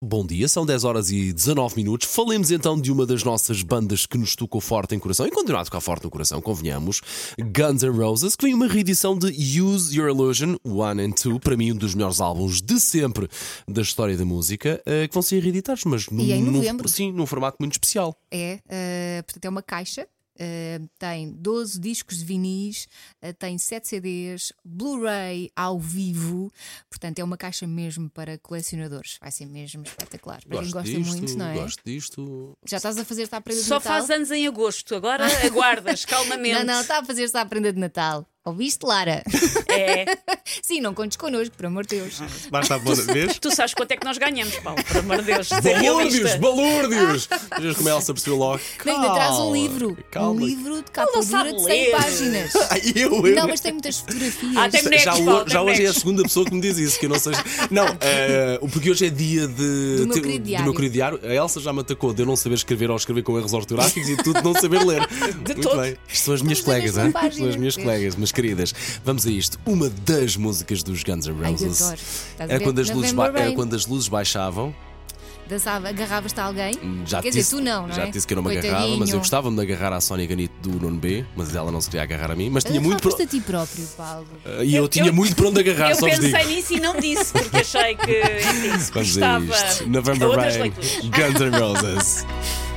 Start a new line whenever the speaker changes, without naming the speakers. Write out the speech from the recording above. Bom dia, são 10 horas e 19 minutos. Falemos então de uma das nossas bandas que nos tocou forte em coração e continua a tocar forte no coração, convenhamos. Guns N' Roses, que vem uma reedição de Use Your Illusion 1 and 2, para mim um dos melhores álbuns de sempre da história da música, eh, que vão ser reeditados, mas num,
em
num-
novembro.
sim, num formato muito especial.
É, eh, portanto, é uma caixa. eh, tem 12 discos de vinis, eh, tem 7 CDs, Blu-ray ao vivo, portanto é uma caixa mesmo para colecionadores. Vai ser mesmo espetacular. Para quem gosta
disto,
muito, não é?
gosto disto.
Já estás a fazer-te à prenda de
Só
Natal?
faz anos em agosto, agora aguardas calmamente.
Não, não, está a fazer-se à prenda de Natal. Ouviste, Lara?
É.
Sim, não contes connosco, por amor de Deus.
Ah,
Basta pôr, vês?
Tu sabes quanto é que nós ganhamos, Paulo, por amor de Deus. ser
Balúrdios,
realista.
balúrdios! Vejas como a Elsa percebeu logo.
Não, ainda traz um livro.
calma.
Um livro de capa
Ele não sabe
dura de 100
ler.
páginas.
Ai, eu, eu.
Não, mas tem muitas fotografias.
Ah, tem bonecos,
já ho-
Paulo, tem
já hoje é a
bonecos.
segunda pessoa que me diz isso, que eu não sei. Não, eh, porque hoje é dia de.
Do meu
te-
querido
do
diário.
meu querido diário. A Elsa já me atacou de eu não saber escrever ou escrever com erros ortográficos e tudo não saber ler.
De
Muito
todo.
bem. Isto são as minhas
Estamos na
colegas,
mesma
hein?
página,
São as minhas
vês?
colegas, mas queridas. Vamos a isto. Uma das músicas dos Guns N'
Ai, eu
Roses.
adoro. Estás a
Era
ver?
é quando, as luzes ba-
November
era
Rain.
quando as luzes baixavam.
Dançava, agarravas-te a alguém?
Já
Quer
te disse,
dizer, tu não, não
Já
é?
te disse que eu não me
Coitadinho.
agarrava, mas eu gostava de me agarrar à Sónia Ganito do Nono B, mas ela não se queria agarrar a mim. Mas tinha muito.
Agarravas-te
pro-
a ti próprio, Paulo.
E eu,
Eu-
tinha
eu-
muito para onde agarrar,
Eu
só vos digo.
pensei nisso e não disse, porque achei que enfim,
Vamos
se
a
gostava.
isto. November
Outras
Rain,
leituras.
Guns N' Roses.